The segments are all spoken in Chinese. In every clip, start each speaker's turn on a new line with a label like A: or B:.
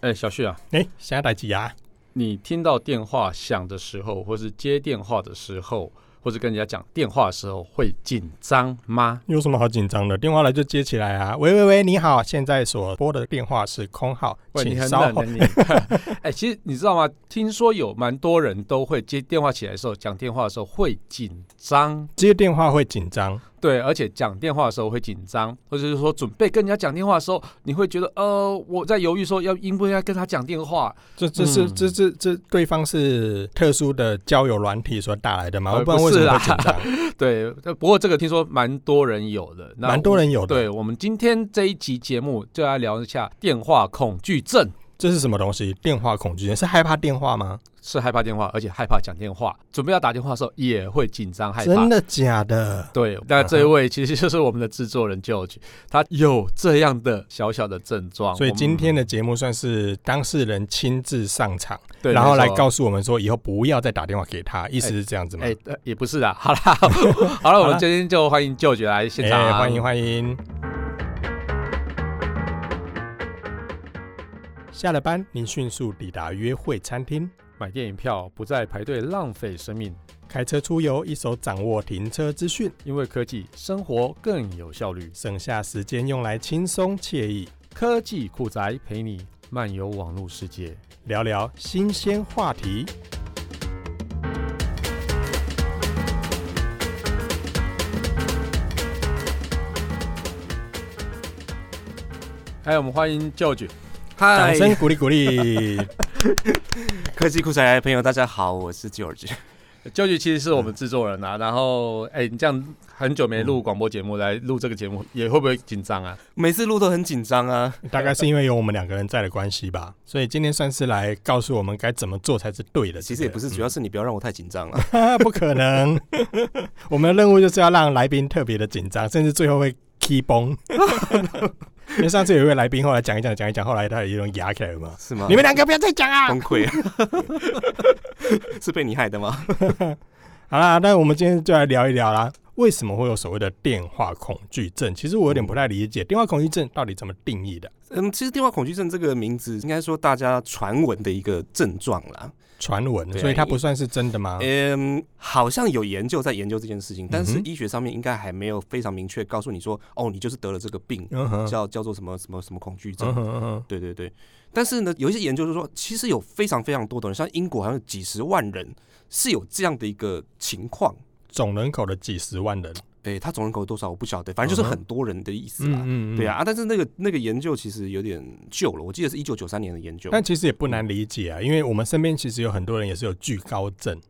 A: 哎、小旭啊，
B: 哎，现在代几啊？
A: 你听到电话响的时候，或是接电话的时候，或是跟人家讲电话的时候，会紧张吗？
B: 有什么好紧张的？电话来就接起来啊！喂喂喂，你好，现在所拨的电话是空号，
A: 喂，你
B: 请
A: 很
B: 稍
A: 冷欸
B: 后
A: 的。你。 哎、其实你知道吗？听说有蛮多人都会接电话起来的时候，讲电话的时候会紧张，
B: 接电话会紧张，
A: 对，而且讲电话的时候会紧张，或者是说准备跟人家讲电话的时候，你会觉得呃，我在犹豫说要应不应该跟他讲电话，
B: 这这是、
A: 嗯
B: 这这这对方是特殊的交友软体所带来的嘛？
A: 呃
B: 我不然
A: 不
B: 为
A: 是
B: 什么
A: 啦
B: 会紧张？
A: 对。不过这个听说蛮多人有的， 那
B: 蛮多人有的。
A: 对我们今天这一集节目就来聊一下电话恐惧症，
B: 这是什么东西？电话恐惧症是害怕电话吗？
A: 是害怕电话，而且害怕讲电话，准备要打电话的时候也会紧张害怕
B: 真。的假的？
A: 对，那这一位其实就是我们的制作人 George，他有这样的小小的症状，
B: 所以
A: 哦我们
B: 今天的节目算是当事人亲自上场，
A: 对，
B: 然后
A: 没
B: 来
A: 错
B: 告诉我们说以后不要再打电话给他，意思是这样子吗？
A: 哎、呃也不是啦， 好啦，好了，我
B: 好
A: 们
B: 啦
A: 今天就欢迎舅舅来现场，
B: 哎欢迎欢迎。下了班，您迅速抵达约会餐厅，
A: 买电影票，不再排队浪费生命，
B: 开车出游，一手掌握停车资讯，
A: 因为科技生活更有效率，
B: 省下时间用来轻松惬意，
A: 科技酷宅陪你漫游网络世界。
B: 聊聊新鲜话题。
A: 哎，我们欢迎舅舅，
B: 掌
C: 嗨，
B: 声鼓励鼓励。
C: 科技酷宅的朋友，大家好，我是 George。
A: 舅舅其实是我们制作人啊，然后
C: 嗯
A: 哎，你这样很久没录广播节目，来录这个节目，也会不会紧张啊？
C: 每次录都很紧张啊，
B: 大概是因为有我们两个人在的关系吧，所以今天算是来告诉我们该怎么做才是对的。
C: 其实也不是，主要是你不要让我太紧张啊了。
B: 要 不可能。我们的任务就是要让来宾特别的紧张，甚至最后会 key 崩。因为上次有一位来宾，后来讲一讲讲一讲，后来他有一种牙起来了嘛。
C: 是吗？
B: 你们两个不要再讲啊！
C: 崩 溃是被你害的吗？
B: 好啦，那我们今天就来聊一聊啦，为什么会有所谓的电话恐惧症？其实我有点不太理解，电话恐惧症到底怎么定义的？
C: 嗯，其实电话恐惧症这个名字，应该说大家传闻的一个症状啦。
B: 传闻，
C: 对啊
B: 所以它不算是真的吗？
C: 嗯，好像有研究在研究这件事情，但是
B: 嗯哼
C: 医学上面应该还没有非常明确告诉你说，哦，你就是得了这个病，
B: 嗯哼，
C: 叫叫做什么什么什么恐惧症
B: 嗯。哼嗯哼，
C: 对对对，但是呢，有一些研究就说，其实有非常非常多的人，像英国好像有几十万人是有这样的一个情况。
B: 总人口的几十万人，
C: 诶，他总人口有多少我不晓得，反正就是
B: 嗯哼
C: 很多人的意思啦。
B: 嗯
C: 对啊，。啊但是那个那个研究其实有点旧了，我记得是一九九三年的研究。
B: 但其实也不难理解啊，因为我们身边其实有很多人也是有惧高症，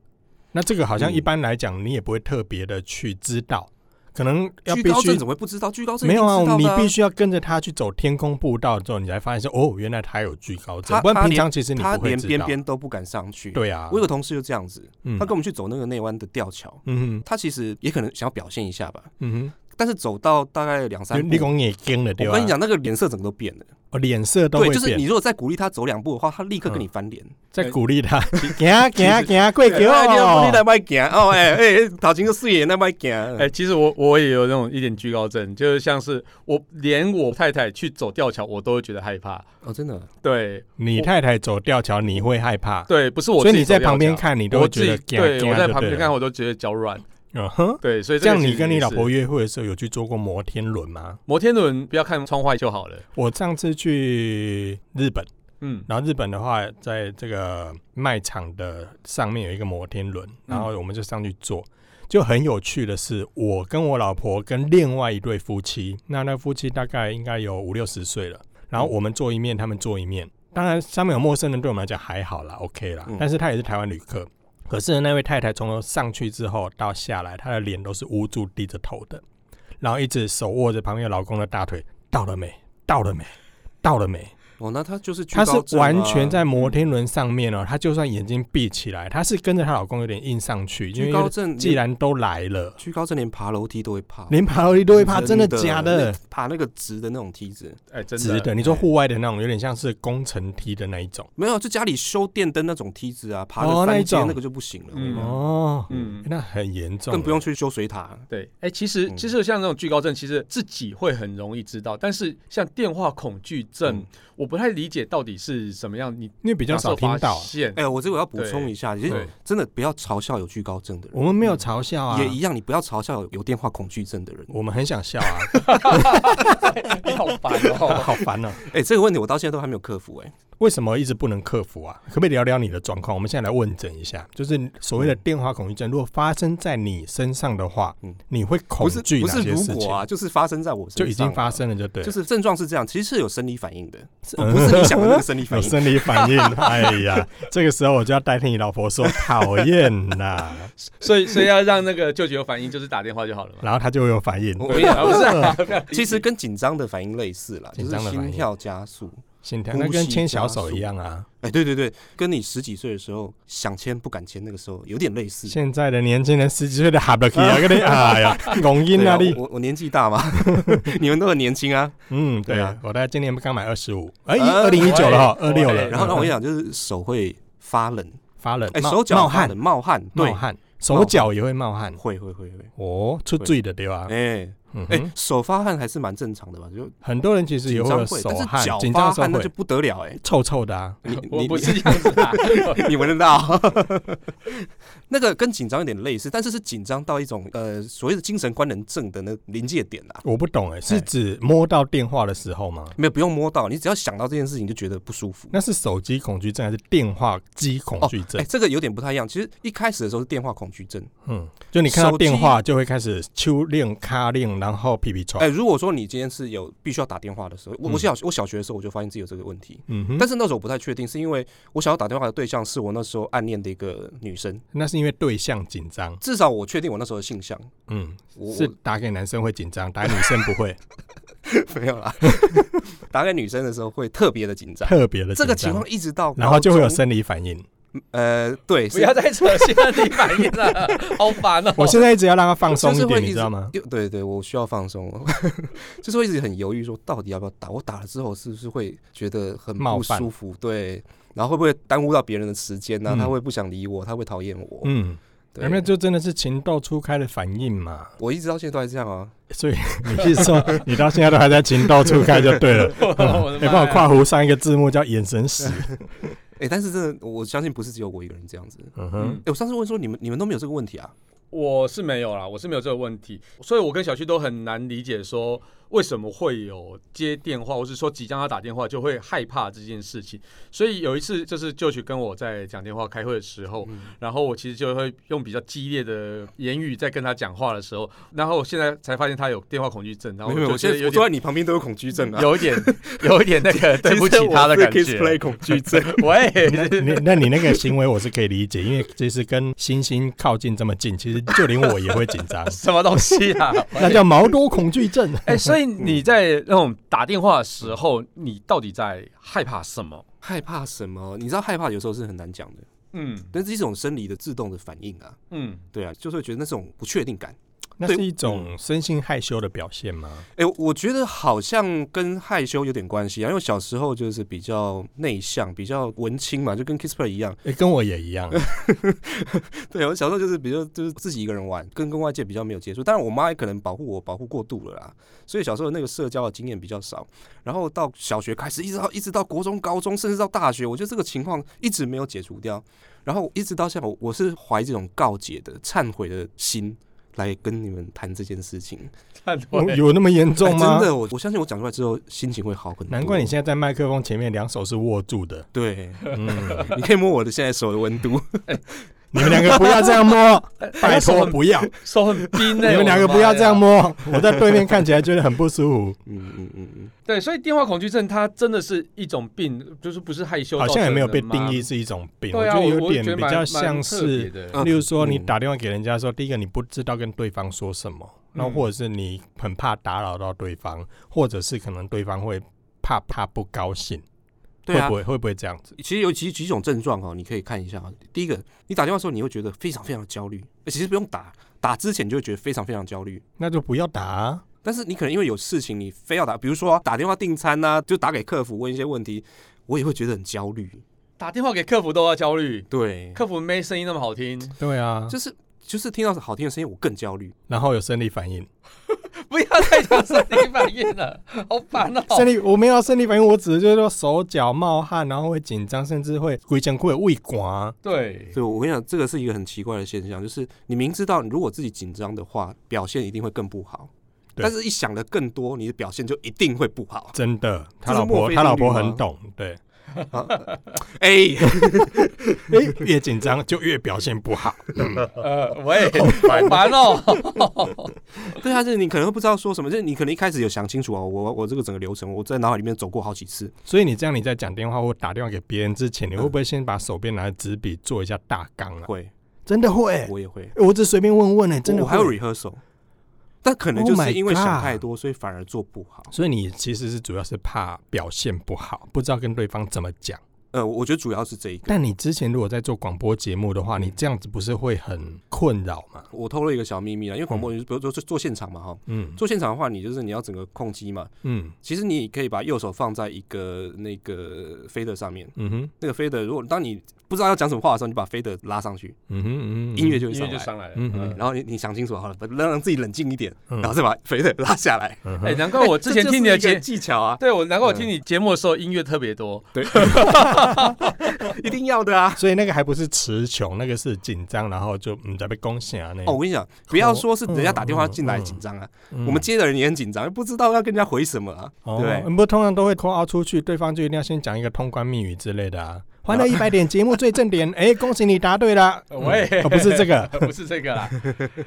B: 那这个好像
C: 嗯
B: 一般来讲你也不会特别的去知道，可能要
C: 居
B: 必
C: 高症
B: 须
C: 怎么会不知道？居高症
B: 没有
C: 一定知
B: 啊，
C: 道
B: 你
C: 的啊
B: 必须要跟着他去走天空步道之后，你才发现说哦，原来他有惧高症，
C: 他
B: 不然
C: 他
B: 平常其实你
C: 他
B: 不会
C: 连
B: 知
C: 边
B: 道。
C: 边都不敢上去。，
B: 对啊
C: 我，有个同事就这样子，
B: 嗯
C: 他跟我们去走那个内湾的吊桥，
B: 嗯哼
C: 他其实也可能想要表现一下吧，
B: 嗯
C: 但是走到大概两
B: 哼，
C: 三
B: 就
C: 步
B: 立，功也惊了对
C: 我
B: 吧？
C: 跟你讲，那个脸色整个都变了。
B: 哦，脸色啊都会
C: 对，就是
B: 变
C: 你，如果再鼓励他走两步的话，他立刻跟你翻脸。
B: 在鼓励 他，行啊行行，跪给
C: 哎你要不
B: 我
C: 你。那卖行哦，哎哎，头前个视野那卖行。
A: 哎、其实我我也有那种一点惧高症，就是像是我连我太太去走吊桥，我都会觉得害怕。
C: 哦，真的，
A: 对
B: 你太太走吊桥，你会害怕，
A: 对，不是我自
B: 所以
A: 己
B: 你
A: 走
B: 在
A: 吊桥，
B: 旁边看，你都
A: 我
B: 会
A: 自
B: 觉
A: 己
B: 得惊啊
A: 我在旁
B: 就
A: 边
B: 了
A: 看我都觉得脚软。
B: 嗯哼，
A: 对，所以
B: 这样你跟你老
A: 其
B: 婆
A: 实也是
B: 约会的时候有去坐过摩天轮吗？
A: 摩天轮不要看窗外就好了。
B: 我上次去日本，
A: 嗯，
B: 然后日本的话，在这个卖场的上面有一个摩天轮，然后我们就上去坐。就很有趣的是，我跟我老婆跟另外一对夫妻，那那夫妻大概应该有五六十岁了，然后我们坐一面，他们坐一面。当然，上面有陌生人，对我们来讲还好啦，OK 啦
C: 嗯。
B: 但是她也是台湾旅客，可是那位太太从头上去之后到下来，她的脸都是捂住低着头的，然后一直手握着旁边老公的大腿，到了没？到了没？到了没？
C: 哦，那他就是居
B: 她
C: 高
B: 是
C: 症啊嗯
B: 完全在摩天轮上面哦，她就算眼睛闭起来，她是跟着她老公有点硬上去，因
C: 居高
B: 为
C: 症，啊
B: 既然都来了，
C: 居高症连爬楼梯都会怕，
B: 连爬楼梯都会怕，真的假的？？
C: 爬那个直的那种梯子，
A: 哎、真的
B: 直的，你说户外的那种，有点像是工程梯的那一种
C: 没有，就家里修电灯那种梯子啊，爬
B: 哦
C: 个
B: 那一
C: 三阶
B: 种
C: 那个就不行了我跟你
A: 嗯
C: 讲，
B: 哦，
A: 嗯，
B: 那很严重，啊
C: 更不用。去修水塔。
A: 对，哎、其实
C: 嗯
A: 其实像这种惧高症，其实自己会很容易知道，但是像电话恐惧症，
C: 嗯
A: 我不不太理解到底是什么样，你
B: 因为比
A: 比
B: 较少听到啊，
A: 现
C: 哎、我这个我要补充一下，其
B: 对
C: 实真的不要嘲笑有惧高症的人，
B: 我们没有嘲笑啊，
C: 也一样，你不要嘲笑有有电话恐惧症的人。
B: 我们很想笑啊，
A: 你好烦哦。
B: 好烦啊！
C: 哎、这个问题我到现在都还没有克服、哎，
B: 为什么一直不能克服啊？可不可以聊聊你的状况？我们现在来问诊一下，就是所谓的电话恐惧症，如果发生在你身上的话，
C: 嗯
B: 你会恐
C: 不是
B: 惧
C: 不
B: 哪
C: 是
B: 些
C: 如
B: 事情？
C: 果啊，就是发生在我身上啊
B: 就已经发，生了，就对了，
C: 就是症状是这样，其实是有生理反应的，
B: 嗯
C: 不是你想的那个生 理
B: 有
C: 反应。
B: 生理反 应。哎呀，这个时候我就要代替你老婆说讨厌啦，
A: 所以所以要让那个舅舅有反应，就是打电话就好 了嘛。
B: 然后他就会有反应，
C: 我
A: 不要，不是啊，不要理解
C: 其实跟紧张的反应类似啦，就
B: 紧
C: 是
B: 张的反应
C: 心跳加速。
B: 心跳
C: 呼
B: 那跟
C: 吸
B: 牵小
C: 加
B: 手一
C: 速
B: 样啊。
C: 哎、对对对，跟你十几岁的时候想签不敢签那个时候有点类似。
B: 现在的年轻人十几岁的哈不起啊， 跟你哎呀，拱音
C: 对
B: 啊
C: 啊
B: 你，
C: 我我年纪 大嘛，你们都很年轻啊。
B: 嗯，对
C: 对
B: 啊
C: 啊，
B: 我大概今年刚满二十五，哎，
C: 呃
B: 二零一九了哈，二六了，
A: 喂
C: 哎然后让我跟
B: 嗯
C: 你讲，就是手会发冷，
B: 发冷，
C: 哎、
B: 冒
C: 手脚
B: 冒
C: 发
B: 汗
C: 冷，冒汗，对
B: 冒，汗，手脚也会冒汗，
C: 会会会会，
B: 哦，出
C: 会
B: 醉的对吧
C: 哎、？
B: 嗯
C: 哎、
B: 哼，
C: 手发汗还是蛮正常的吧？就
B: 很多人其实也
C: 紧
B: 会有
C: 张会，
B: 手
C: 但
B: 汗
C: 是，脚
B: 紧张
C: 发
B: 的时候
C: 汗那就
B: 会
C: 不得了哎、
B: 臭臭的啊，
C: 你
A: 我
C: 你
A: 不是这样子啊。
C: 你你闻得到？那个跟紧张有点类似，但是是紧张到一种呃所谓的精神官能症的那临界点啦、
B: 我不懂哎，是指摸到电话的时候吗？
C: 没有不用摸到，你只要想到这件事情就觉得不舒服。
B: 那是手机恐惧症还是电话机恐惧
C: 哎、
B: 症？
C: 这个有点不太一样。其实一开始的时候是电话恐惧症。
B: 嗯，就你看到电话就会开始秋令、卡令，然后皮皮臭
C: 哎、。如果说你今天是有必须要打电话的时候，我
B: 哦嗯
C: 我小我小学的时候我就发现自己有这个问题，
B: 嗯哼，
C: 但是那时候我不太确定，是因为我想要打电话的对象是我那时候暗恋的一个女生，
B: 那是因为对象紧张。
C: 至少我确定我那时候的性向，
B: 嗯，
C: 我
B: 是打给男生会紧张，打给女生不 会，
C: 我 没有啦， 打给女生的时候会特别的紧张。
B: 特别的
C: 这个
B: 紧张
C: 情况一直到
B: 然后就会有
C: 高中
B: 生理反应。
C: 呃，对，
A: 不
C: 是
A: 要再扯心理反应了，好烦哦。
B: 我现在一直要让他放松
C: 就是
B: 一
C: 会
B: 点，
C: 一
B: 你
C: 直
B: 知道吗？
C: 又对对，我需要放松了，就是会一直很犹豫，说到底要不要打？我打了之后是不是会觉得很
B: 冒
C: 不
B: 犯
C: 舒服？对，然后会不会耽误到别人的时间呢、
B: 嗯
C: 他会不想理我，他会讨厌我。
B: 嗯，
C: 对，
B: 那就真的是情窦初开的反应 嘛。
C: 我一直到现在都还这样啊。
B: 所以你是说你到现在都还在情窦初开就对了？
A: 我的妈
B: 你
A: 呀
B: 帮我跨湖上一个字幕叫眼神死。
C: 哎、但是真的，我相信不是只有我一个人这样子。
B: 嗯
A: 嗯
B: 哼，，
C: 哎、我上次问说你们你们都没有这个问题啊？
A: 我是没有啦，我是没有这个问题，所以我跟小旭都很难理解说为什么会有接电话，或是说即将要打电话就会害怕这件事情。所以有一次就是就去跟我在讲电话开会的时候，
C: 嗯
A: 然后我其实就会用比较激烈的言语在跟他讲话的时候，然后我现在才发现他有电话恐惧症，然后
C: 没有，
A: 就
C: 我
A: 觉
C: 现
A: 得
C: 在
A: 有
C: 我坐在
A: 点
C: 你旁边都有恐惧症啊。
A: 有一点有一点那个对不起他的感
C: 其实我是
A: 觉
C: ，Kiss Play 恐惧症，
A: 喂，，
B: 那 你那你那个行为我是可以理解，因为其实跟星星靠近这么近，其实就连我也会紧张
A: 什么东西啊？
B: 那叫毛多恐 惧症。
A: 哎、所以你在那种打电话的时候，你到底在害怕什么？
C: 害怕什么？你知道害怕有时候是很难讲的，
A: 嗯
C: 但是一种生理的自动的反应啊。
A: 嗯，
C: 对啊，就是会觉得那种不确定感。
B: 那是一种生性害羞的表 现吗？
C: 哎、我觉得好像跟害羞有点关系啊，因为小时候就是比较内向，比较文青嘛，就跟 Kissplay 一样。
B: 哎、跟我也一 样，
C: 对，我小时候就是比较就是自己一个人玩，跟跟外界比较没有接触。当然，我妈也可能保护我保护过度了啦，所以小时候那个社交的经验比较少。然后到小学开始，一直到一直到国中、高中，甚至到大学，我觉得这个情况一直没有解除掉。然后一直到现在，我我是怀这种告解的、忏悔的心来跟你们谈这件事情。
A: 看
B: 有有那么严重
C: 哎
B: 吗？
C: 真的，我我相信我讲出来之后，心情会好很多。
B: 难怪你现在在麦克风前面两手是握 住的。
C: 对，
B: 嗯，
C: 你可以摸我的现在手的温度。
B: 你们两个不要这 样摸，拜托
A: 手
B: 不要！
A: 手很 冰呢、
B: 你们两个不要这 样。摸，
A: 啊
B: 我在对面看起来觉得很不舒
C: 嗯嗯嗯嗯，
A: 对，所以电话恐惧症它真的是一种病，就是不是害
B: 服，
A: 羞，
B: 好像也没有被定义。是一种病，
A: 对啊，
B: 觉得
A: 我
B: 有
A: 我
B: 点
A: 觉得
B: 比
A: 蛮
B: 较
A: 蛮
B: 像
A: 特别
B: 是，
A: 的
C: 嗯
B: 例如说你
C: 嗯
B: 打电话给人家说，第一个你不知道跟对方说什么，然后
A: 嗯
B: 或者是你很怕打扰到对方，或者是可能对方会怕怕不高兴，
C: 对
B: 会
C: 啊
B: 不。会会不会这样子？
C: 其实有几几种症状哦，你可以看一下哦。第一个，你打电话的时候你会觉得非常非常的焦虑，呃其实不用打，打之前你就会觉得非常非常焦虑。
B: 那就不要打、啊。
C: 但是你可能因为有事情，你非要打，比如说、打电话订餐呐、就打给客服问一些问题，我也会觉得很焦虑。
A: 打电话给客服都要焦虑，
C: 对，
A: 客服没声音那么 好听，
B: 对啊，嗯
C: 就是就是听到好听的声音，我更焦虑。
B: 然后有生理反应，
D: 不要再讲生理反应了，好烦哦、
B: 生理我没有生理反应，我只是就是说手脚冒汗，然后会紧张，甚至会鬼讲会胃啊刮。
D: 对，
C: 对，我跟你讲，这个是一个很奇怪的现象，就是你明知道你如果自己紧张的话，表现一定会更不好，
B: 对。
C: 但是一想的更多，你的表现就一定会不好
B: 真的，他
C: 这是
B: 老
C: 墨
B: 婆
C: 菲
B: 他老
C: 定律
B: 婆
C: 吗
B: 很懂，对，
C: 哎、
B: 哎，越紧张就越表现不好。
D: 呃，喂，好烦哦、
C: 对啊，就是你可能会不知道说什么，就是你可能一开始有想清楚哦，我我这个整个流程，我在脑海里面走过好几次，
B: 所以你这样，你在讲电话或打电话给别人之前，你会不会先把手边拿的纸笔做一下大纲啊？
C: 会，
B: 真的会，
C: 我也会，
B: 我只随便问问呢，哎真的
C: 我还有
B: 会
C: rehearsal，但可能就
B: Oh my
C: 是因为想
B: God
C: 太多，所以反而做不好。
B: 所以你其实是主要是怕表现不好，不知道跟对方怎么讲。
C: 呃，我觉得主要是这一个。
B: 但你之前如果在做广播节目的话，你这样子不是会很困扰吗？
C: 我透露一个小秘密啊，因为广播就是比如说做做现场嘛哈，
B: 嗯
C: 做现场的话，你就是你要整个控机嘛，
B: 嗯
C: 其实你可以把右手放在一个那个 fader 上面，
B: 嗯哼
C: 那个 fader 如果当你不知道要讲什么话的时候，你把 fader 拉上去，
B: 嗯哼嗯哼，
C: 音乐就会
A: 音
C: 上
A: 乐就
C: 来。
A: 上来了。
B: 嗯
A: 嗯
B: 哼
C: 然后你你想清楚好了，让让自己冷静一点，
B: 嗯
C: 然后再把 fader 拉下来。
B: 嗯
A: 哎、
B: 哼，
A: 难怪我之前
C: 这就是
A: 听你的
C: 一个
A: 节，
C: 技巧啊，
A: 对我难怪我听你节目的时候音乐特别多。
C: 一定要的啊。
B: 所以那个还不是词穷，那个是紧张，然后就嗯在被攻陷啊那。
C: 哦，我跟你讲，不要说是人家打电话进来紧张啊，
B: 嗯
C: 我们接的人也很紧张，不知道要跟人家回什么啊。
B: 哦，
C: 对
B: 嗯不通常都会 call out 出去，对方就一定要先讲一个通关密语之类的啊。欢乐一百点节目最正 点，哎、恭喜你答对了。
A: 喂
B: 嗯哦不是这个，
A: 不是这个啦，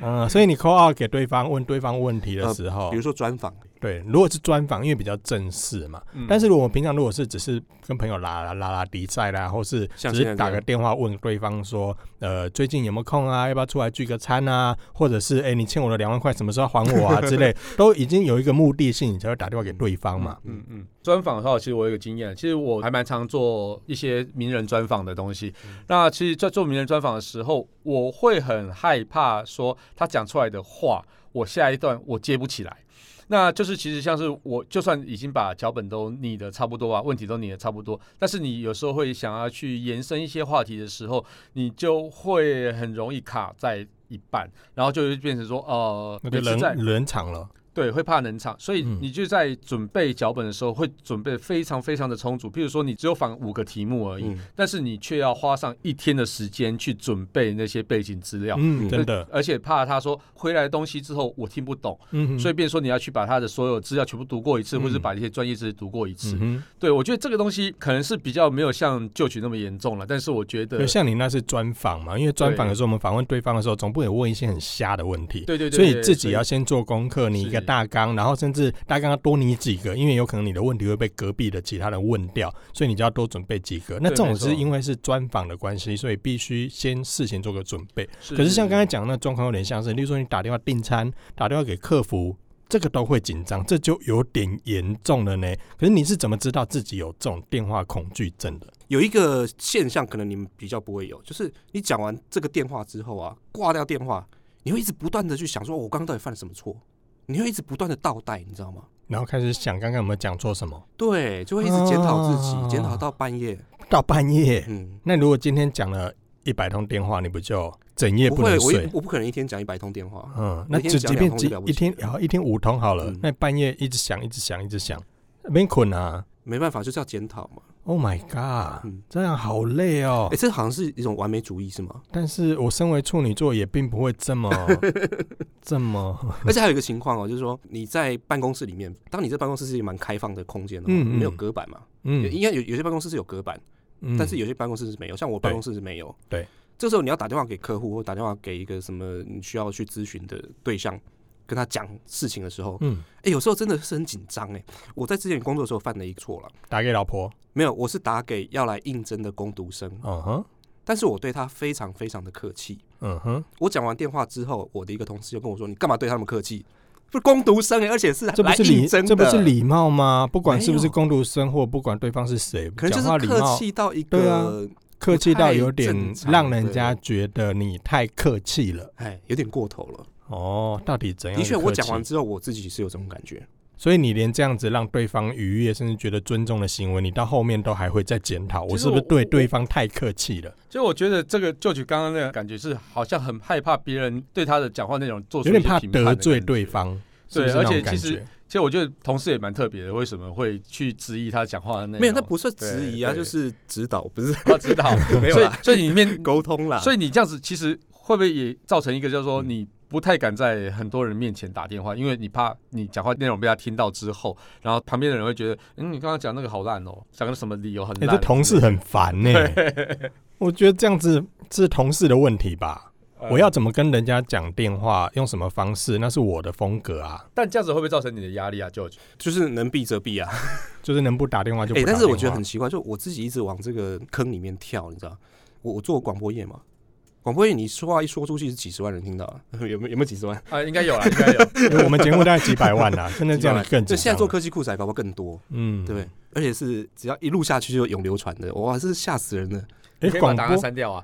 B: 嗯，所以你 call out 给对方问对方问题的时候，
C: 呃比如说专访，
B: 对，如果是专访，因为比较正式嘛。
A: 嗯
B: 但是如果我们平常如果是只是跟朋友拉拉拉拉比赛啦，或是
C: 像
B: 只
C: 现在
B: 是打
C: 这样
B: 个电话问对方说，呃，最近有没有空啊？要不要出来聚个餐啊？或者是哎、你欠我的两万块什么时候还我啊？ 之类，都已经有一个目的性，你才会打电话给对方嘛。
A: 嗯嗯，专访的话，其实我有一个经验，其实我还蛮常做一些名人专访的东西。那其实，在做名人专访的时候，我会很害怕说他讲出来的话，我下一段我接不起来。那就是其实像是我，就算已经把脚本都拟的差不多啊，问题都拟的差不多，但是你有时候会想要去延伸一些话题的时候，你就会很容易卡在一半，然后就会变成说，呃，
B: 那就
A: 每次在
B: 冷冷场了。
A: 对，会怕冷场，所以
B: 嗯
A: 你就在准备脚本的时候，会准备非常非常的充足。譬如说，你只有仿五个题目而已，
C: 嗯，
A: 但是你却要花上一天的时间去准备那些背景资料，
B: 嗯，真的，
A: 而且怕他说回来的东西之后我听不懂，
B: 嗯，
A: 所以
B: 以，
A: 变成说你要去把他的所有资料全部读过一次，
B: 嗯
A: 或者把一些专业知识读过一次。
B: 嗯
A: 对我觉得这个东西可能是比较没有像旧曲那么严重了，但是我觉
B: 哼，
A: 得
B: 对，像你那是专访嘛，因为专访的时候我们访问对方的时候，总不能问一些很瞎的问题。
A: 对对对，
B: 所以
A: 对
B: 自己要
A: 所
B: 先做功课，你一个
A: 是
B: 大纲，然后甚至大纲要多拟几个，因为有可能你的问题会被隔壁的其他人问掉，所以你就要多准备几个。那
A: 对
B: 这种
A: 没错
B: 是因为是专访的关系，所以必须先事前做个准备。
A: 以
B: 可是像刚才讲的那状况有点像是，例如说你打电话订餐，打电话给客服。这个都会紧张，这就有点严重了呢。可是你是怎么知道自己有这种电话恐惧症的？
C: 有一个现象，可能你们比较不会有，就是你讲完这个电话之后啊，挂掉电话，你会一直不断的去想说，哦我刚刚到底犯了什么错？你会一直不断的倒带，你知道吗？
B: 然后开始想刚刚有没有讲错什么？
C: 对，就会一直检讨自己，
B: 啊
C: 检讨到半夜。
B: 到半夜，
C: 嗯，
B: 那如果今天讲了一百通电话，你不就整夜
C: 不
B: 能
C: 会，我
B: 睡
C: 一？我不可能一天讲一百通电话。
B: 嗯，
C: 那
B: 那
C: 天
B: 只
C: 讲
B: 即便
C: 两通
B: 只
C: 就了不
B: 一
C: 起
B: 天
C: 了，
B: 然后一天五通好了，
C: 嗯
B: 那半夜一直响，一直响，一直响，没困啊。
C: 没办法，就是要检讨嘛。
B: Oh my god，、
C: 嗯
B: 这样好累哦
C: 哎、。这好像是一种完美主义，是吗？
B: 但是我身为处女座，也并不会这 么这么，
C: 而且还有一个情况哦，就是说你在办公室里面，当你在办公室是一个蛮开放的空间的话，
B: 嗯嗯
C: 没有隔板嘛。有
B: 嗯，
C: 应该有有些办公室是有隔板，
B: 嗯
C: 但是有些办公室是没有，像我办公室是没有。
B: 对对，
C: 这时候你要打电话给客户，或打电话给一个什么你需要去咨询的对象，跟他讲事情的时候，
B: 嗯，
C: 哎、有时候真的是很紧张哎。我在之前工作的时候犯了一个错了，
B: 打给老婆，
C: 没有，我是打给要来应征的工读生，
B: 嗯哼，
C: 但是我对他非常非常的客气。
B: 嗯哼，
C: 我讲完电话之后，我的一个同事就跟我说：“你干嘛对他们客气？不是工读生欸，而且是
B: 这不
C: 来
B: 是
C: 应
B: 礼，
C: 征的，
B: 这不是礼貌吗？不管是不
C: 没
B: 是
C: 有
B: 公读生活，不管对方是谁，
C: 可能就
B: 讲话
C: 是
B: 礼
C: 客
B: 貌，
C: 气到一
B: 对
C: 个
B: 啊，客气到
C: 太
B: 有
C: 正
B: 点
C: 常
B: 让人家
C: 了
B: 觉得你太客气了。
C: 哎，有点过头了。
B: 哦，到底怎样
C: 的
B: 客气？
C: 确，我讲完之后，我自己是有这种感觉。
B: 所以你连这样子让对方愉悦，甚至觉得尊重的行为，你到后面都还会再检讨，我
A: 其实
B: 是不是
A: 我
B: 对
A: 我
B: 对方太客气了，
A: 就我觉得这个就举刚刚那个感觉是，好像很害怕别人对他的讲话内容做出
B: 有点
A: 一些
B: 怕
A: 评判的
B: 得罪
A: 感觉
B: 对。方。是不
A: 对
B: 是那
A: 而且
B: 种感
A: 其实
B: 觉？
A: 其实我觉得同事也蛮特别的，为什么会去质疑他讲话的内容？
C: 没有，那不算质疑啊，
A: 对
C: 就
A: 对
C: 是指导，不是
A: 我知道，
C: 没有
A: 所以
C: 啦，
A: 所以里 面，
C: 沟通啦。
A: 所以你这样子其实会不会也造成一个，就是说你不太敢在很多人面前打电话，因为你怕你讲话内容被他听到之后，然后旁边的人会觉得，嗯，你刚刚讲那个好烂哦，讲的什么理由很
B: 哎、
A: 烂、
B: 这同事，很烦呢、我觉得这样子是同事的问题吧？
A: 呃
C: 嗯
B: 我要，怎么跟人家讲电话，用什么方式，那是我的风格啊，
A: 但这样子会不会造成你的压力啊？George，
C: 就是能避则避啊。
B: 就是能不打电话就不
C: 哎、
B: 打电话。
C: 但是我觉得很奇怪，就我自己一直往这个坑里面跳，你知道？我我做广播业嘛，广播业你说话一说出去是几十万人听到啊， 有没有有没有几十万？
A: 啊，应该有啦，应 该有。
B: 因为我们节目大概几百万 啦，真的这样更紧
C: 就
B: 张
C: 现在做
B: 了
C: 科技酷仔，搞不好更多，
B: 嗯
C: 对不对？而且是只要一录下去就永流传的，哇，这是吓死人的。
A: 你
B: 哎
A: 可以把
B: 广
A: 档案
B: 播
A: 删掉啊。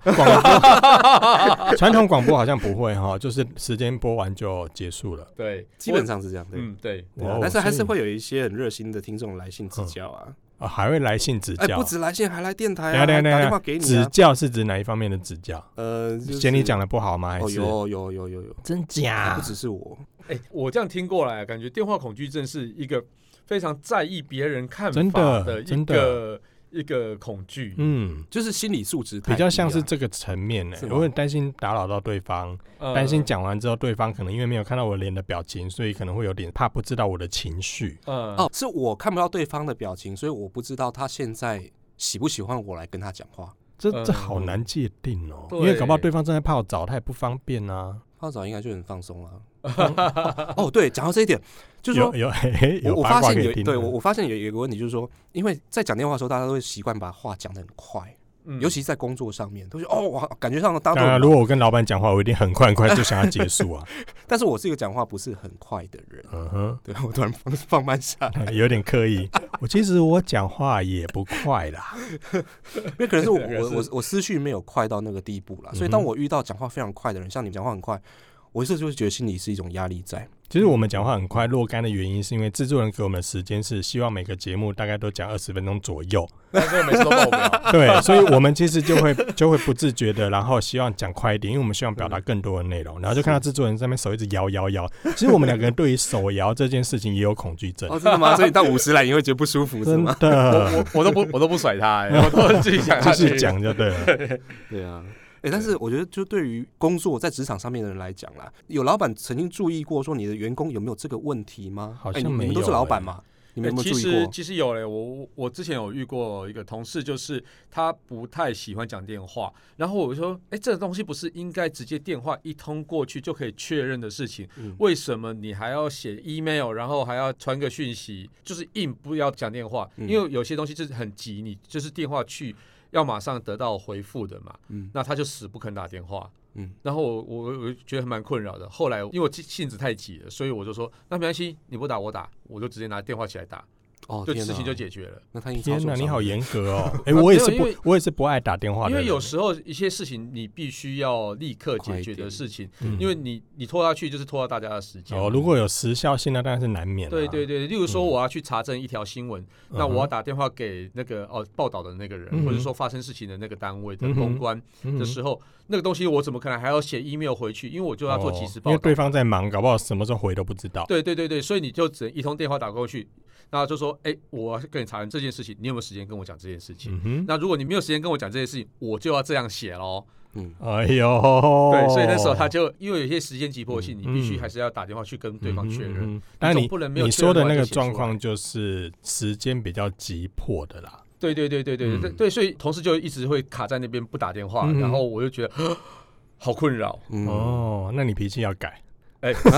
B: 传统广播好像不会哈，就是时间播完就结束了。
A: 对，
C: 基本上是这样，对。
A: 嗯，对，
C: 对啊
B: 哇哦
C: 但是还是
B: 所以
C: 会有一些很热心的听众来信指教啊，
B: 啊，还会来信指
C: 哎、
B: 教。
C: 不止来信，还来电
B: 等
C: 台
B: 一
C: 啊，
B: 下等
C: 还
B: 一下等一下
C: 打电话给你
B: 指
C: 啊，
B: 教是指哪一方面的指教？
C: 呃，就是
B: 嫌你讲的不好吗？还
C: 哦，
B: 是啊
C: 有有有有有，
B: 真
C: 还
B: 假
C: 不？只是我，
A: 哎、我这样听过来，感觉电话恐惧症是一个非常在意别人看
B: 真
A: 法
B: 的
A: 一
B: 真
A: 个一个恐惧。
B: 嗯，
C: 就是心理素质太
B: 比较像
C: 低啊
B: 是这个层面呢、
C: 是吗嗯
B: 我很担心打扰到对方，
A: 呃
B: 担心，讲完之后对方可能因为没有看到我脸的表情，所以可能会有点怕不知道我的情绪。
A: 呃，
C: 哦，是我看不到对方的表情，所以我不知道他现在喜不喜欢我来跟他讲话。
B: 这
A: 嗯
B: 这好难界定哦、
A: 对
B: 因为搞不好对方正在泡澡，他也不方便啊。
C: 泡澡应该就很放松了。 哦，对，讲到这一点，就是说
B: 有 有嘿嘿
C: 我
B: 有
C: 我
B: 八
C: 发
B: 卦
C: 现
B: 可
C: 有
B: 以听。
C: 对我我发现有有一个问题，就是说，因为在讲电话的时候，大家都会习惯把话讲的很快，
A: 嗯
C: 尤其是在工作上面，都是哦，我感觉上大
B: 当
C: 家都
B: 然，
C: 很
B: 如果我跟老板讲话，我一定很快很快就想要结束啊。
C: 但是我是一个讲话不是很快的人，
B: 嗯哼。
C: 对我突然放 放慢下来，
B: 有点刻意。我其实我讲话也不快啦，
C: 因为可能是我
A: 原来
C: 我
A: 是
C: 我我思绪没有快到那个地步啦，
B: 嗯
C: 所以当我遇到讲话非常快的人，像你们讲话很快，我是就会觉得心里是一种压力在。
B: 其实我们讲话很快若干的原因，是因为制作人给我们的时间是希望每个节目大概都讲二十分钟左右，
A: 但是我每次都啊爆 表。
B: 对，所以我们其实就会就会不自觉的，然后希望讲快一点，因为我们希望表达更多的内容，然后就看到制作人在那边手一直摇摇摇。其实我们两个人对于手摇这件事情也有恐惧症，
C: 哦，真的吗？ 所以你到五十来你会觉得不舒服是
B: 真
C: 吗？
A: 我我我
B: 的，
A: 都不我都不甩他、哎，我都自己讲
B: 就
A: 下去
B: 是。讲就对了。
C: 对 啊。哎、但是我觉得，就对于工作在职场上面的人来讲啦，有老板曾经注意过说你的员工有没有这个问题吗？
B: 好
C: 哎
B: 像
C: 你
B: 没
C: 你们都
B: 有
C: 是老
B: 哎
C: 板嘛，你们
A: 欸
C: 有没有
A: 其
C: 注意
A: 实
C: 过？
A: 其实有嘞，我我我之前有遇过一个同事，就是他不太喜欢讲电话，然后我就说，哎、这个东西不是应该直接电话一通过去就可以确认的事情，
C: 嗯
A: 为什么你还要写 email，然后还要传个讯息，就是硬不要讲电话，
C: 嗯
A: 因为有些东西就是很急，你就是电话去要马上得到回复的嘛，
C: 嗯
A: 那他就死不肯打电话，
C: 嗯，
A: 然后我我我就觉得蛮困扰的。后来因为我性性子太急了，所以我就说那没关系，你不打我打，我就直接拿电话起来打，
C: 哦，
A: 就
C: 天
A: 事情
C: 哪
A: 就解决了。
C: 那他已经
B: 天
C: 哪，
B: 你好严格哦！ 哎、
A: 啊
B: 我也
A: 没有
B: 是
A: 因
B: 不
A: 为，
B: 我也是不爱打电话的
A: 因
B: 人，
A: 为有时候一些事情你必须要立刻
C: 快
A: 解
C: 一
A: 决的
C: 点
A: 事情，
B: 嗯
A: 因为你你拖下去就是拖到大家的时间。
B: 哦，如果有时效性，那当然是难免、啊。
A: 对对对，例如说我要去查证一条新闻，
B: 嗯哼，
A: 那我要打电话给那个哦报道的那个人，
B: 嗯哼
A: 或者说发生事情的那个单位的
B: 嗯哼
A: 公关
B: 嗯
A: 的时候，那个东西我怎么可能还要写 email 回去？因为我就要做即时
B: 哦因
A: 报
B: 为对
A: 道。
B: 方在忙，搞不好什么时候回都不知道。
A: 对对对对，所以你就只能一通电话打过去，那就说，哎，我要跟你查这件事情，你有没有时间跟我讲这件事情？
B: 嗯 哼，
A: 那如果你没有时间跟我讲这件事情，我就要这样写喽。
C: 嗯，
B: 哎呦，
A: 对，所以那时候他就因为有些时间急迫性，你必须
B: 嗯
A: 还是要打电话去跟对方确
B: 嗯哼。
A: 认。
B: 嗯哼但
A: 总
B: 你
A: 不能没有
B: 你
A: 确认
B: 说的
A: 完
B: 那
A: 就
B: 个
A: 写出来
B: 状况就是时间比较急迫的啦。
A: 对对对对对对
B: 嗯
A: 对，所以同事就一直会卡在那边不打电话，
B: 嗯哼
A: 然后我就觉 得啊好困扰。
C: 嗯
B: 哦，那你脾气要改。
A: 哎 不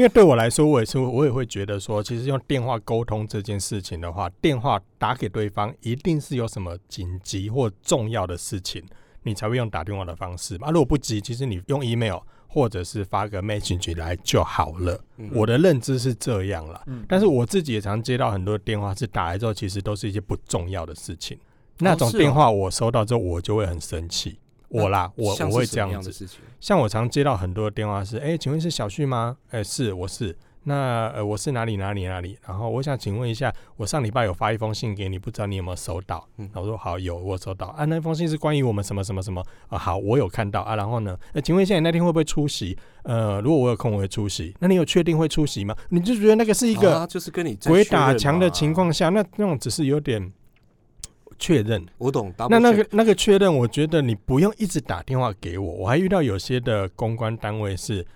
B: 因为对我来说，我也是，我也会觉得说，其实用电话沟通这件事情的话，电话打给对方一定是有什么紧急或重要的事情，你才会用打电话的方
C: 嗯
B: 式嘛。啊，如果不急，其实你用 email 或者是发个 message 来就好了。
C: 嗯
B: 我的认知是这样啦，
A: 嗯
B: 但是我自己也常接到很多电话，是打来之后其实都是一些不重要的事情。那种
C: 是哦
B: 电话我收到之后，我就会很生气。我啦，我
C: 像
B: 我
C: 是
B: 会
C: 什
B: 这
C: 么
B: 样
C: 的
B: 子。
C: 事情，
B: 像我常接到很多电话是，哎、请问是小旭吗？哎、是，我是。那呃我是哪里哪里哪里，然后我想请问一下，我上礼拜有发一封信给你，不知道你有没有收到？
C: 嗯
B: 然后我说好有，我收到啊，那封信是关于我们什么什么什么啊，好我有看到啊，然后呢，呃，请问一下你那天会不会出席？呃，如果我有空我会出席，那你有确定会出席吗？你就觉得那个是一个
C: 啊、就是跟你在
B: 鬼
C: 确认
B: 打墙的
C: 嘛
B: 情，况下，那那种只是有点确认。
C: 我懂。
B: 那
A: 啊
C: double
B: 那
C: check
B: 个那个确认，我觉得你不用一直打电话给我。我还遇到有些的公关单位是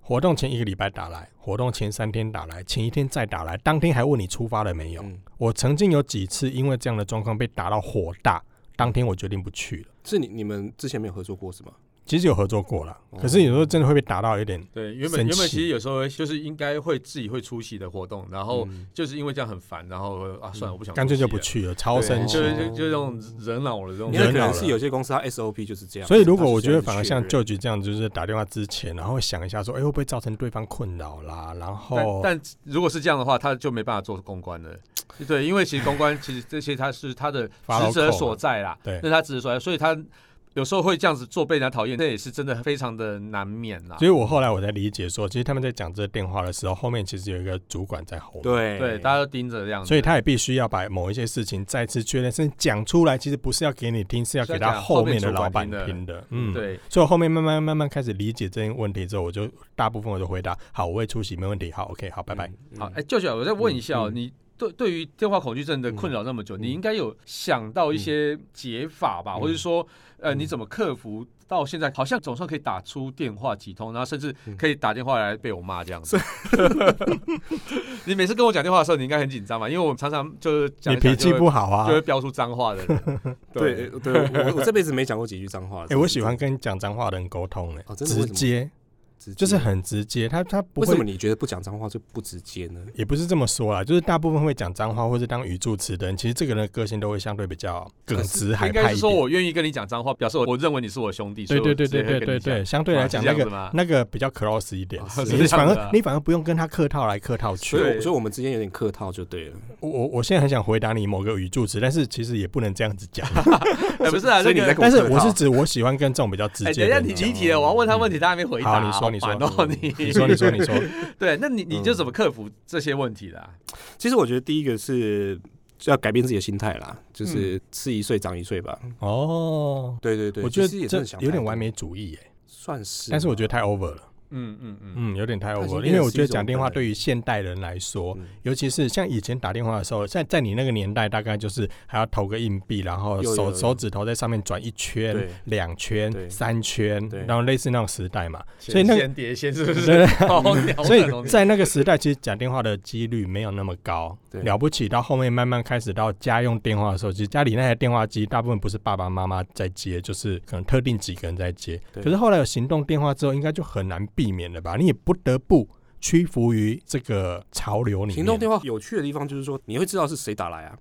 B: 活动前一个礼拜打来，活动前三天打来，前一天再打来，当天还问你出发了没有。
C: 嗯，
B: 我曾经有几次因为这样的状况被打到火大，当天我决定不去了。
C: 是你你们之前没有合作过是吗？
B: 其实有合作过了，
C: 哦
B: 可是有时候真的会被打到有点
A: 对，原本
B: 生
A: 原本
B: 气
A: 其实有时候就是应该会自己会出席的活动，然后
C: 嗯
A: 就是因为这样很烦，然后呃啊算了，我不想
B: 干脆就不
A: 出席了。
B: 去了，超
A: 对啊
B: 生气
A: 就。
C: 了
A: 是就就这种惹恼了这种
C: 因
B: 惹
C: 为
A: 人，
C: 可
B: 恼了
C: 能是有些公司它 SOP 就是这
B: 啊
C: 样。
B: 所以，
C: 就是
B: 如
C: 它
B: 果我
C: 是
B: 觉得
C: 这
B: 反
C: 样
B: 而
C: 子
B: 像
C: 确认
B: Judge 这样，就是打电话之前，然后想一下说，哎、会不会造成对方困扰啦？然后
A: 但但如果是这样的话，他就没办法做公关了。对，因为其实公关其实这些他是他的职
B: Follow code
A: 责
B: 嘛
A: 所在啦，
B: 啊对
A: 那他职责所在，所以他有时候会这样子做被人家讨厌，那也是真的非常的难免啦。
B: 所以我后来我才理解说，其实他们在讲这个电话的时候，后面其实有一个主管在后面，，
C: 对
A: 对，大家都盯着这样子，
B: 所以他也必须要把某一些事情再次确认，甚至讲出来，其实不是要给你听，是要给他后面的老板
A: 是要给后
B: 听的，嗯，。
A: 对
B: 所以我后面慢慢慢慢开始理解这些问题之后，我就大部分我就回答好，我会出席，没问题，好，OK，好，拜拜。。
C: 嗯
A: 好，哎、
C: 嗯
A: 舅舅，我再问一下、哦，
C: 嗯嗯
A: 你对对于电话恐惧症的困扰那么久，
C: 嗯
A: 你应该有想到
B: 嗯
A: 一些解法吧，
C: 嗯
A: 或者说，呃，
C: 嗯
A: 你怎么克服？到现在好像总算可以打出电话几通，然后甚至
B: 嗯
A: 可以打电话来被我骂这样子。 你每次跟我讲电话的时候，你应该很紧张吧？因为我常常就是讲
B: 你
A: 一讲
B: 脾
A: 就会
B: 气不好啊
A: 就？会飙出脏话的 人。
C: 对对，我我这辈子没讲过几句脏话了。
B: 哎、我喜欢跟你讲脏话的人沟通、欸，
C: 哦真的
B: 直
C: 为什么
B: 接，
C: 直接，
B: 就是很直接，他他不
C: 为什
B: 会
C: 么你觉得不讲脏话就不直接呢？
B: 也不是这么说啦，就是大部分会讲脏话或是当语助词的人，其实这个人的个性都会相对比较耿直海
A: 应
B: 派
A: 该
B: 一
A: 呃是说
B: 点。
A: 我愿意跟你讲脏话，表示我我认为你是我兄弟。
B: 对
A: 所以
B: 对
A: 我
B: 对
A: 直
B: 对
A: 接会
B: 对
A: 跟
B: 对
A: 你讲
B: 对，相对来讲
A: 是
B: 那
A: 这样
B: 个
A: 子吗
B: 那个比较 close 一点
C: 哦，
A: 是
B: 你
A: 这样
B: 反
A: 子
B: 而
A: 啊
B: 你反而不用跟他客套来客套去
C: 所。以
A: 对
C: 我所以我们之间有点客套就对了。
B: 我我我现在很想回答你某个语助词，但是其实也不能这样子 讲。
A: 哎，不是啊，这
C: 所以你
A: 个
C: 在跟
B: 但是
C: 客套
B: 我是指我喜欢跟这种比较直
A: 哎，等
B: 接
A: 一下
B: 的
A: 你
B: 人讲。啊嗯
A: 离题了，我要问他问题，他还没回答。
B: 好，你说你说
A: 好烦哦你
B: 你说你说你说，
A: 对，那你你就
C: 嗯
A: 怎么克服这些问题的啊、
C: 其实我觉得第一个是要改变自己的心态啦，就是吃一岁长一岁吧。
B: 哦，
C: 嗯对对对，
B: 我觉
C: 其实也
B: 得
C: 真
B: 这
C: 的想
B: 有点
C: 太
B: 完
C: 多，
B: 美主义耶，
C: 算是。啊
B: 但是我觉得太 over 了。
A: 嗯嗯嗯，
B: 嗯，有点太
C: 它已
B: over，
C: 经
B: 了因
C: 变
B: 为
C: 成
B: 我
C: 是
B: 觉得
C: 一种
B: 讲电
C: 本
B: 话
C: 能
B: 对于现代人来说，
C: 嗯
B: 尤其是像以前打电话的时候，在在你那个年代，大概就是还要投个硬币，然后
C: 有有
B: 手
C: 有
B: 手指头在上面转一圈
C: 对、
B: 两圈、
C: 对
B: 三圈
C: 对，
B: 然后类似那种时代嘛，所
A: 所
B: 以
A: 以
B: 那
A: 那
B: 个。
A: 先碟仙是不是？
B: 对，
A: 好鸟
B: 所
A: 那种
B: 以在那个时代，其实讲电话的几率没有那么高，
C: 对
B: 了不起到后面慢慢开始到家用电话的时候，其实家里那台电话机大部分不是爸爸妈妈在接，就是可能特定几个人在接。
C: 对
B: 可是后来有行动电话之后，应该就很难避免了吧？你也不得不屈服于这个潮流里面。
C: 行动电话有趣的地方就是说，你会知道是谁打来啊。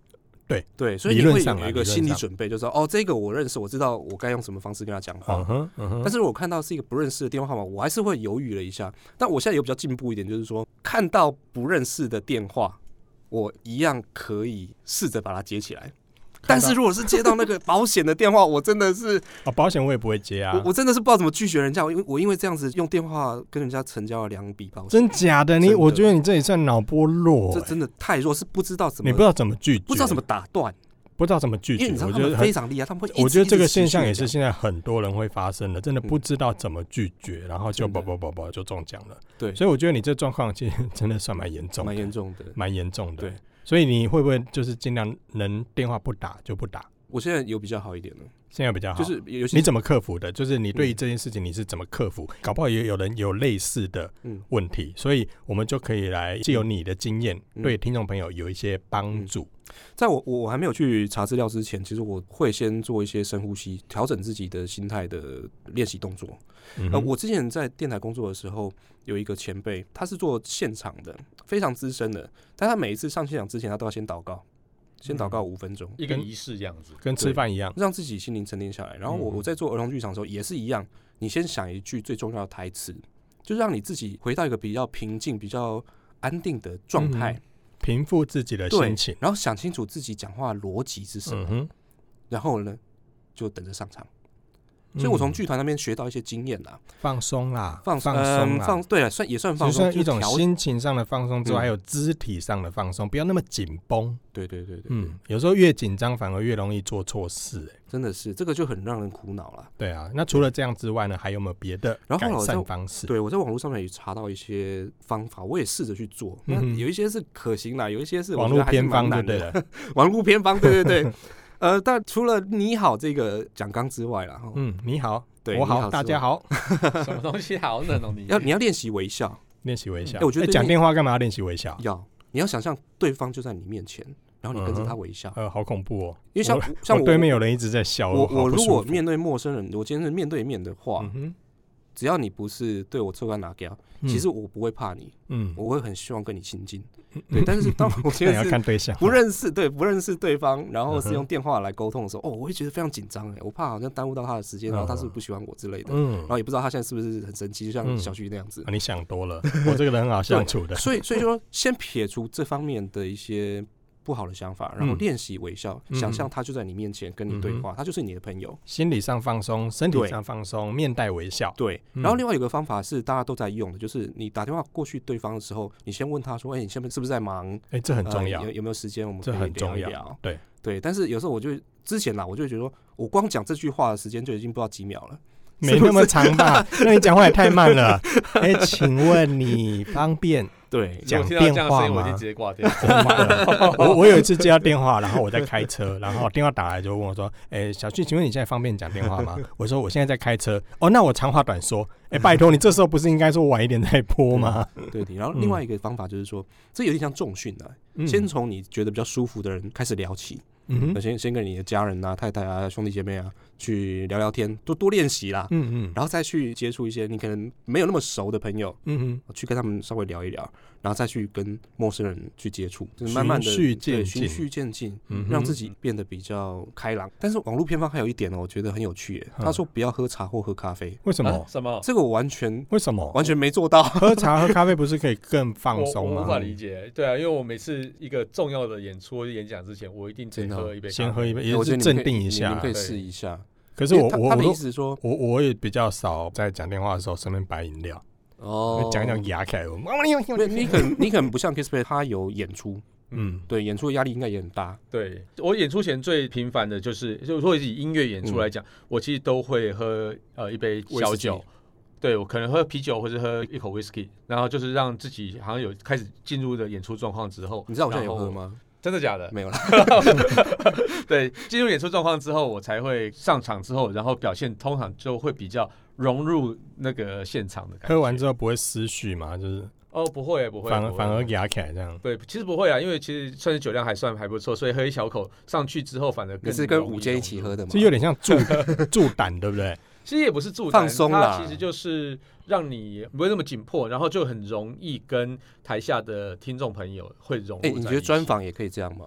B: 对
C: 对，所以
B: 理
C: 你
B: 论
C: 会
B: 上啊
C: 有一个
B: 理论
C: 心理
B: 上
C: 准备，就是说哦，这个我认识，我知道我该用什么方式跟他讲话。啊
B: 嗯哼，嗯哼，
C: 但是我看到是一个不认识的电话号码，我还是会犹豫了一下。但我现在有比较进步一点，就是说看到不认识的电话，我一样可以试着把它接 起来。但是如果是接到那个保险的电话，我真的是
B: 啊、保险我也不会接啊
C: 我，我真的是不知道怎么拒绝人家。我因为我因为这样子用电话跟人家成交了两笔保险，
B: 真假的你，
C: 真的
B: 我觉得你这也算脑波弱、
C: 这
B: 欸
C: 真的太弱，是不知道怎么
B: 你不知道怎么拒绝，
C: 不知道怎么，打断，
B: 不知道怎么拒
C: 因为
B: 绝
C: 你知。道
B: 我
C: 他
B: 觉得
C: 们
B: 很
C: 非常厉害，他们会一直。
B: 我觉得这
C: 一
B: 个
C: 直持续
B: 现象也
C: 地
B: 是
C: 讲
B: 现在很多人会发生的，真的
C: 嗯
B: 不知道怎么拒绝，然后就
C: 真的
B: 叭叭叭叭就中奖了。
C: 对
B: 所以我觉得你这状况其实真的算蛮严重的，
C: 蛮严重的。
B: 蛮严重的。
C: 对，
B: 所以你会不会就是尽量能电话不打就不打？
C: 我现在有比较好一点了，
B: 现在比较好。
C: 就是嗯尤其
B: 你
C: 么
B: 怎么克服的？就是你对于这件事情你是怎么克服？搞不好也有人有类似的
C: 嗯
B: 问题，所以我们就可以来借由你的经验，
C: 嗯
B: 对听众朋友有一些帮助。
C: 在我我我还没有去查资料之前，其实我会先做一些深呼吸，调整自己的心态的练习动作。
B: 嗯
C: 呃，
B: 哼
C: 我之前在电台工作的时候，有一个前辈，他是做现场的，非常资深的，但他每一次上现场之前，他都要先祷告，先
B: 嗯
C: 祷告五分钟，
A: 一个仪式这样子。
B: 跟吃饭一样，
C: 让自己心灵沉淀下来。然后
B: 嗯
C: 我我在做儿童剧场的时候也是一样，你先想一句最重要的台词，就让你自己回到一个比较平静、比较安定的状态，
B: 嗯平复自己的
C: 对
B: 心情，。
C: 然后想清楚自己讲话的逻辑是什么。
B: 嗯哼，
C: 然后呢，就等着上场。
B: 嗯
C: 所以我从剧团那边学到一些经验啦，
B: 放松啦，
C: 放
B: 放
C: 嗯
B: 松啦，
C: 放对了，算也算
B: 就
C: 放松，
B: 算
C: 就
B: 一种
C: 调
B: 心情上的放松之
C: 嗯
B: 外，还有肢体上的放松，不要那么紧绷。
C: 对对对对，对
B: 嗯，有时候越紧张反而越容易做错事、哎，
C: 真的是这个就很让人苦恼了。
B: 对啊，那除了这样之外呢，还有没有别的
C: 然后
B: 改
C: 后来我
B: 善
C: 就
B: 方式？
C: 对，我在网络上面也查到一些方法，我也试着去做。
B: 嗯
C: 那
B: 哼
C: 有一些是可行啦，有一些是我
B: 网
C: 觉得
B: 络
C: 还是
B: 偏
C: 蛮
B: 方就
C: 难
B: 对
C: 的。
B: 了。
C: 网络偏方，对对对。 呃，但除了你好这个讲纲之外啦，哈，
B: 嗯，你好，
C: 对，
B: 我
C: 你
B: 好，大
C: 之
B: 家
C: 外，
B: 好，
A: 什么东西好冷哦 你？
C: 要你要练习微笑，
B: 练习微笑。
C: 哎我觉得
B: 哎
C: 对
B: 讲
C: 面
B: 电话干嘛要练习微笑？
C: 要你要想象对方就在你面前，然后你跟着他微笑，
B: 呃，好恐怖哦！
C: 因为像
B: 我
C: 像
B: 我对面有人一直在笑，
C: 我
B: 哦好
C: 我
B: 不
C: 如
B: 舒
C: 果
B: 服
C: 面对陌生人，我今天是面对面的话，
B: 嗯哼，
C: 只要你不是对我臭干哪给啊，
B: 嗯
C: 其实我不会怕你，
B: 嗯，
C: 我会很希望跟你亲近。对，但 是当我今
B: 那也
C: 天
B: 要
C: 是
B: 看对象，
C: 不认识，对不认识对方，然后
B: 嗯
C: 是
B: 哼
C: 用电话来沟通的时候，哦，我会觉得非常紧张哎，我怕好像耽误到他的时间，然后他是不是不喜欢我之类的，
B: 嗯
C: 然，后也不知道他现在是不是很生气，就像
B: 嗯
C: 小旭那样子
B: 啊。你想多 了，我这个人很好相处的。
C: 所以，所以说，先撇除这方面的一些不好的想法，然后
B: 嗯
C: 练习微笑，
B: 嗯
C: 想象他就在你面前跟你对
B: 嗯哼
C: 话，他就是你的朋友。
B: 心理上放松，身体
C: 对
B: 上放松，面带微笑。
C: 对，
B: 嗯
C: 然后另外有个方法是大家都在用的，就是你打电话过去对方的时候，你先问他说：“哎、你现在是不是在忙？
B: 哎，这很重要
C: 呃、。有有没有时间？我们
B: 这
C: 可以
B: 很重
C: 聊
B: 要
C: 一聊。
B: 对
C: 对，但是有时候我就之前啦，我就觉得说我光讲这句话的时间就已经不知道几秒了。
B: 没那么长吧？ 那你讲话也太慢 了。哎，请问你方便
C: 对
A: 我
B: 讲
A: 听到这
B: 电
A: 样的声
B: 话
A: 音，我已经
B: 吗
A: 直？接挂掉。
B: 我我有一次接到电话，然后我在开车，然后电话打来就问我说：“哎、小旭，请问你现在方便讲电话 吗？”我说：“我现在在开车。”哦，那我长话短说。哎、拜托你这时候不是应该说晚一点再播吗？
C: 对对。然后另外一个方法就是说，这有点像重训啊，
B: 嗯
C: 先从你觉得比较舒服的人开始聊起。
B: 嗯
C: 那
B: 哼
C: 先先跟你的家人啊、太太啊、兄弟姐妹啊去聊聊天，多多练习啦，
B: 嗯嗯
C: 然后再去接触一些你可能没有那么熟的朋友，
B: 嗯
C: 去跟他们稍微聊一聊，然后再去跟陌生人去接触，就是慢慢的
B: 循序渐进
C: 循序渐进，
B: 嗯哼
C: 让自己变得比较开朗。但是网络偏方还有一点哦，我觉得很有趣耶，
B: 嗯
C: 他说不要喝茶或喝咖啡，
B: 为什么？
A: 啊什么？
C: 这个我完全
B: 为什么
C: 完全没做到。
B: 喝茶喝咖啡不是可以更放
A: 我
B: 松
A: 我无
B: 吗
A: 法？理解，对啊，因为我每次一个重要的演出或者演讲之前，我一定得
C: 真的哦
A: 喝一杯，
B: 先喝一。杯，
C: 我
B: 也
C: 觉
B: 是
C: 得你们
B: 镇
C: 可以
B: 定一
C: 你
B: 下
C: 们可。以
A: 对
C: 试一下。
B: 可
C: 可
B: 是我我
C: 他
B: 我
C: 的意
B: 都
C: 思是说，
B: 我我也比较少在讲电话的时候身边摆饮料，
C: 哦，
B: 讲一讲牙起来，我
C: 对你可能你可能不像 Kissplay，他有演出，
B: 嗯
C: 对演出的压力应该也很大。
A: 对我演出前最频繁的就是，就如果以音乐演出来讲，我其实都会喝呃一杯
C: 嗯威士
A: 小
C: 忌
A: 酒，对我可能喝啤酒或者喝一口 whisky，然后就是让自己好像有开始进入的演出状况之后，
C: 你知道我现在有
A: 然
C: 喝
A: 后？
C: 吗？
A: 真的假的？
C: 没有啦。
A: 对，进入演出状况之后，我才会上场之后，然后表现通常就会比较融入那个现场的感觉。
B: 喝完之后不会思绪嘛，就是
A: 哦，不会不会，
B: 反而
A: 不会
B: 反而牙起来这样。
A: 对，其实不会啊，因为其实算是酒量还算还不错，所以喝一小口上去之后，反而
C: 你
A: 更
C: 是跟
A: 容易
C: 午间一
A: 融
C: 起
A: 入
C: 喝的吗
B: 这？有点像助助胆，对不对？
A: 其实也不是助
C: 放
A: 胆
C: 松啦
A: 它其实就是让你不会那么紧迫，然后就很容易跟台下的听众朋友会融入在
C: 哎、
A: 一起。
C: 你觉得专访也可以这样吗？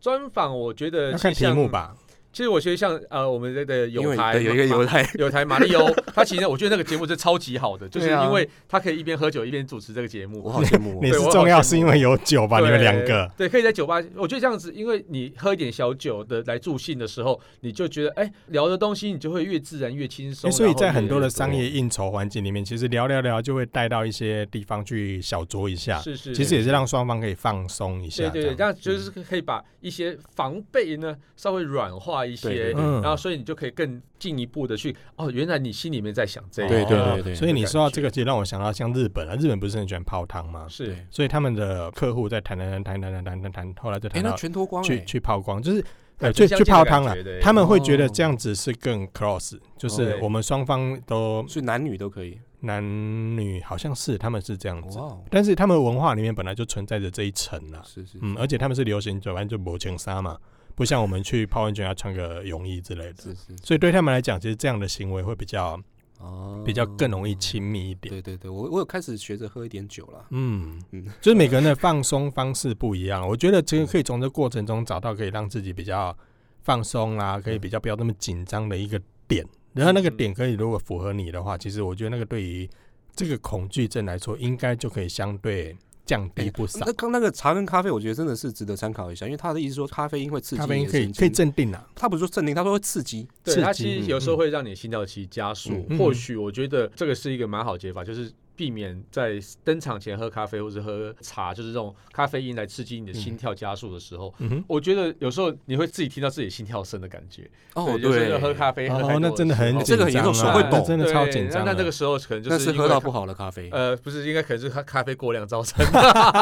A: 专访，我觉得
B: 要
A: 其
B: 看
A: 实
B: 题
A: 像
B: 目。吧。
A: 其实我觉得像呃，我们这个
C: 因
A: 有
C: 为
A: 台
C: 对有一个
A: 嘛
C: 犹太，
A: 有台马里欧，他其实我觉得那个节目是超级好的，就是
C: 对啊
A: 因为他可以一边喝酒一边主持这个节目。
C: 我好羡 慕、
B: 你
C: 哦。
B: 是
A: 对我
B: 重
A: 好
B: 要
A: 羡
B: 是因
A: 慕
B: 为有酒吧？你们
A: 对
B: 两个
A: 对，可以在酒吧。我觉得这样子，因为你喝一点小酒的来助兴的时候，你就觉得哎、聊的东西你就会越自然越轻松、
B: 诶所以
A: 然后
B: 在
A: 越
B: 很多的商业应酬环境里面，其实聊聊聊就会带到一些地方去小酌一下，
A: 是是，
B: 啊其实也是让双方可以放松一
A: 对
B: 下。嗯
A: 对对，这样就是可以把一些防备呢稍微软化一
C: 对
A: 些
C: 对，
B: 对
A: 然后所以你就可以更进一步的去哦，原来你心里面在想这个，
C: 对对对
B: 哦
C: 对
B: 所以你
A: 感
B: 说到
A: 觉
B: 这个，其实让我想到像日本啊，日本不是很喜欢泡汤吗？
A: 是
B: 所以他们的客户在谈谈谈谈谈谈谈谈，后来就
C: 哎、
B: 谈
C: 那
B: 到
C: 全脱光哎、
B: 去去泡光，就是呃
A: 很
B: 去
A: 相
B: 去
A: 见的
B: 泡
A: 感
B: 汤了
A: 觉。对
B: 他们会觉得
C: 哦
B: 这样子是更 close，就是
A: 对
B: 我们双方都
C: 所以男女都可以。
B: 男女好像是他们是这样子
C: 哇，哦，
B: 但是他们文化里面本来就存在着这一层啦。
C: 是是
B: 嗯，而且他们是流行，反正就抹裙纱嘛，不像我们去泡温泉要穿个泳衣之类的。
C: 是是是
B: 所以对他们来讲，其实这样的行为会比较
C: 哦，
B: 比较更容易亲密一点。
C: 对对对，我我有开始学着喝一点酒了。
B: 嗯
C: 嗯，
B: 就是每个人的放松方式不一样，我觉得
A: 嗯
B: 这个可以从这过程中找到可以让自己比较放松啦，可以比较不要那么紧张的一个点。然后那个点可以如果符合你的话，其实我觉得那个对于这个恐惧症来说，应该就可以相对降低不少
C: 那。刚那个茶跟咖啡，我觉得真的是值得参考一下，因为他的意思说咖啡因会
A: 嗯
C: 刺激
B: 咖啡
C: 你
B: 因
C: 的
B: 可以
C: 神
B: 可以
C: 经，
B: 镇定啊，
C: 他不是说镇定，他说会刺激，
A: 对，
B: 刺
A: 它
B: 激
A: 其实
B: 嗯
A: 有时候会让你心跳期加速。
B: 嗯
A: 或许我觉得这个是一个蛮好解法，就是避免在登场前喝咖啡或者喝茶，就是这种咖啡因来刺激你的心跳加速的时候。
B: 嗯哼，
A: 我觉得有时候你会自己听到自己心跳声的感觉，
C: 哦，
A: 就是喝咖啡，喝太
B: 哦
A: 多，
B: 那真的很
A: 时候
C: 这个很
B: 紧
C: 严重
B: 张
C: 手
B: 啊
C: 会
B: 那
C: 抖
B: 真的
A: 对
B: 超紧
A: 那
B: 张啊
A: 那
B: 的。
A: 这个时候可能就
C: 那
A: 是
C: 是
A: 因为
C: 喝到
A: 它
C: 不好的咖啡，
A: 呃，不是，应该可能是咖咖啡过量造成。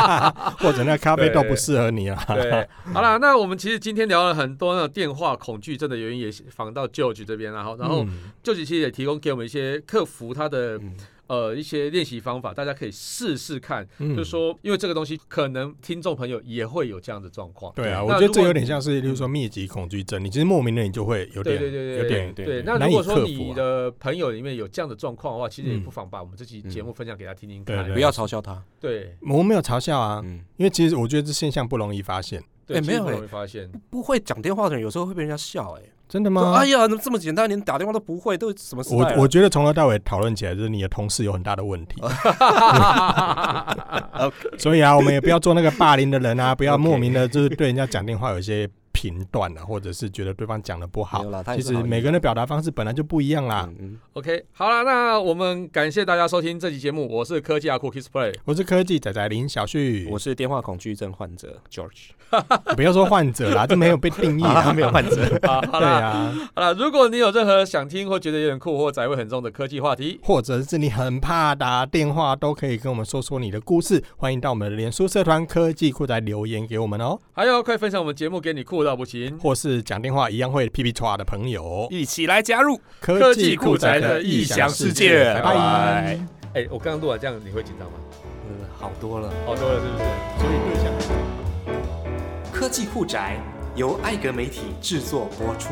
B: 或者那咖啡豆
A: 对
B: 不适合你啊。
A: 对，好啦，那我们其实今天聊了很多那种电话恐惧症的原因，也访到 George 这边啦，然后然后
B: 嗯
A: George 其实也提供给我们一些克服它的
C: 嗯，
A: 呃一些练习方法，大家可以试试看。
B: 嗯
A: 就说，因为这个东西可能听众朋友也会有这样的状况。
B: 对
A: 那
B: 啊，我觉得这
A: 如果
B: 有点像是，例如说密集恐惧症，你其实莫名的你就会有
A: 对对对
B: 点
A: 对
B: 有点
C: 对
A: 对，那
B: 难
A: 如
B: 以
A: 果说
B: 克服
A: 你
B: 啊。嗯
A: 的朋友里面有这样的状况的话，其实也不妨把我们这期节目分享给他听听看。
B: 对
C: 不要嘲笑他，
A: 对
B: 我没有嘲笑啊，
C: 嗯，
B: 因为其实我觉得这现象不容易发现，
A: 对，
C: 哎
A: 其
C: 没
A: 实
C: 有
A: 很
C: 哎
A: 容易发 现。
C: 不会讲电话的人有时候会被人家笑，哎，
B: 真的
C: 说
B: 吗
C: 哎？呀，怎么这么简单，连打电话都不会，都什么时代
B: 我
C: 了哦
B: 我觉得从头到尾讨论起来，就是你的同事有很大的问题， 所以啊，我们也不要做那个霸凌的 人啊，不要
C: OK
B: 莫名的就是对人家讲电话有一些评断啊，或者是觉得对方讲的不
C: 没
B: 好
C: 有。啦，他也
B: 其
C: 是
B: 实
C: 好意啊
B: 每个人啊的表达方式本来就不一样啦。
C: 嗯嗯
A: OK，好了，那我们感谢大家收听这期节目，我是科技阿酷 Kiss Play。
B: 我是科技仔仔林小旭，
C: 嗯我是电话恐惧症患者 George，
B: 不要说患者啦，这没有被 定义啊，没有患者。
A: 好，好
B: 对
A: 啦，
B: 啊，
A: 好啦，如果你有任何想听或觉得有点酷或宅味很重的科技话题，
B: 或者是你很怕打电话，都可以跟我们说说你的故事，欢迎到我们的脸书社团科技库来留言给我们哦，
A: 还有快分享我们节目给你酷到不行。
B: 或是讲电话一样会噼噼唰的朋友，
C: 一起来加入，
B: 科
A: 技酷宅的异想世界
B: 拜
A: 拜
B: 拜。
A: 哎、我刚刚录完这样，你会紧张吗？
C: 嗯，好多了。
A: 好多了，是不是？
B: 所以哦对象。
E: 科技酷宅由艾格媒体制作播出。